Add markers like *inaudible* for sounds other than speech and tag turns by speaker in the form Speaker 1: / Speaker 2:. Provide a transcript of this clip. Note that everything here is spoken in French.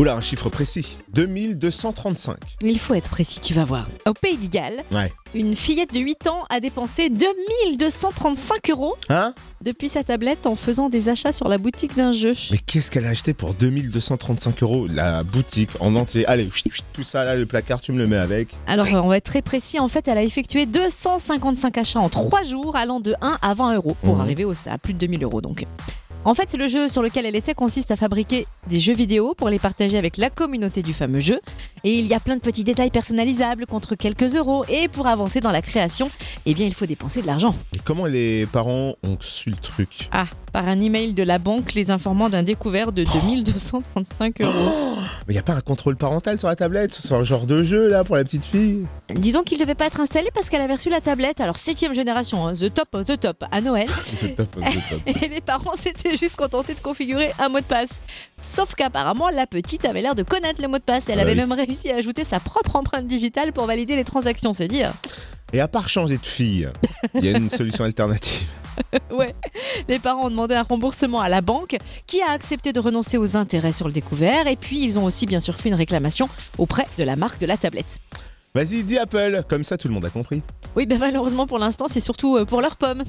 Speaker 1: Oula, un chiffre précis. 2235.
Speaker 2: Il faut être précis, tu vas voir. Au Pays de Galles,
Speaker 1: Ouais.
Speaker 2: une fillette de 8 ans a dépensé 2235 euros
Speaker 1: Hein
Speaker 2: depuis sa tablette en faisant des achats sur la boutique d'un jeu.
Speaker 1: Mais qu'est-ce qu'elle a acheté pour 2235 euros La boutique en entier. Allez, chut, chut, tout ça, là, le placard, tu me le mets avec.
Speaker 2: Alors, euh, on va être très précis. En fait, elle a effectué 255 achats en 3 jours, allant de 1 à 20 euros pour
Speaker 1: Mhm.
Speaker 2: arriver au- à plus de 2000 euros. Donc. En fait, le jeu sur lequel elle était consiste à fabriquer des jeux vidéo pour les partager avec la communauté du fameux jeu. Et il y a plein de petits détails personnalisables contre quelques euros. Et pour avancer dans la création, eh bien, il faut dépenser de l'argent.
Speaker 1: Et comment les parents ont su le truc
Speaker 2: Ah, par un email de la banque les informant d'un découvert de 2235 euros.
Speaker 1: Mais y a pas un contrôle parental sur la tablette Sur un genre de jeu, là, pour la petite fille
Speaker 2: Disons qu'il devait pas être installé parce qu'elle avait reçu la tablette, alors 7 génération, hein, the top, the top, à *laughs* Noël.
Speaker 1: C'est *laughs* top, c'est top.
Speaker 2: Et les parents s'étaient juste contentés de configurer un mot de passe. Sauf qu'apparemment, la petite avait l'air de connaître le mot de passe. Elle
Speaker 1: Ah
Speaker 2: avait
Speaker 1: oui.
Speaker 2: même réussi à ajouter sa propre empreinte digitale pour valider les transactions, c'est dire.
Speaker 1: Et à part changer de fille, il y a une *laughs* solution alternative.
Speaker 2: Ouais. Les parents ont demandé un remboursement à la banque qui a accepté de renoncer aux intérêts sur le découvert. Et puis, ils ont aussi bien sûr fait une réclamation auprès de la marque de la tablette.
Speaker 1: Vas-y, dis Apple, comme ça tout le monde a compris.
Speaker 2: Oui, ben malheureusement pour l'instant, c'est surtout euh, pour leurs pommes.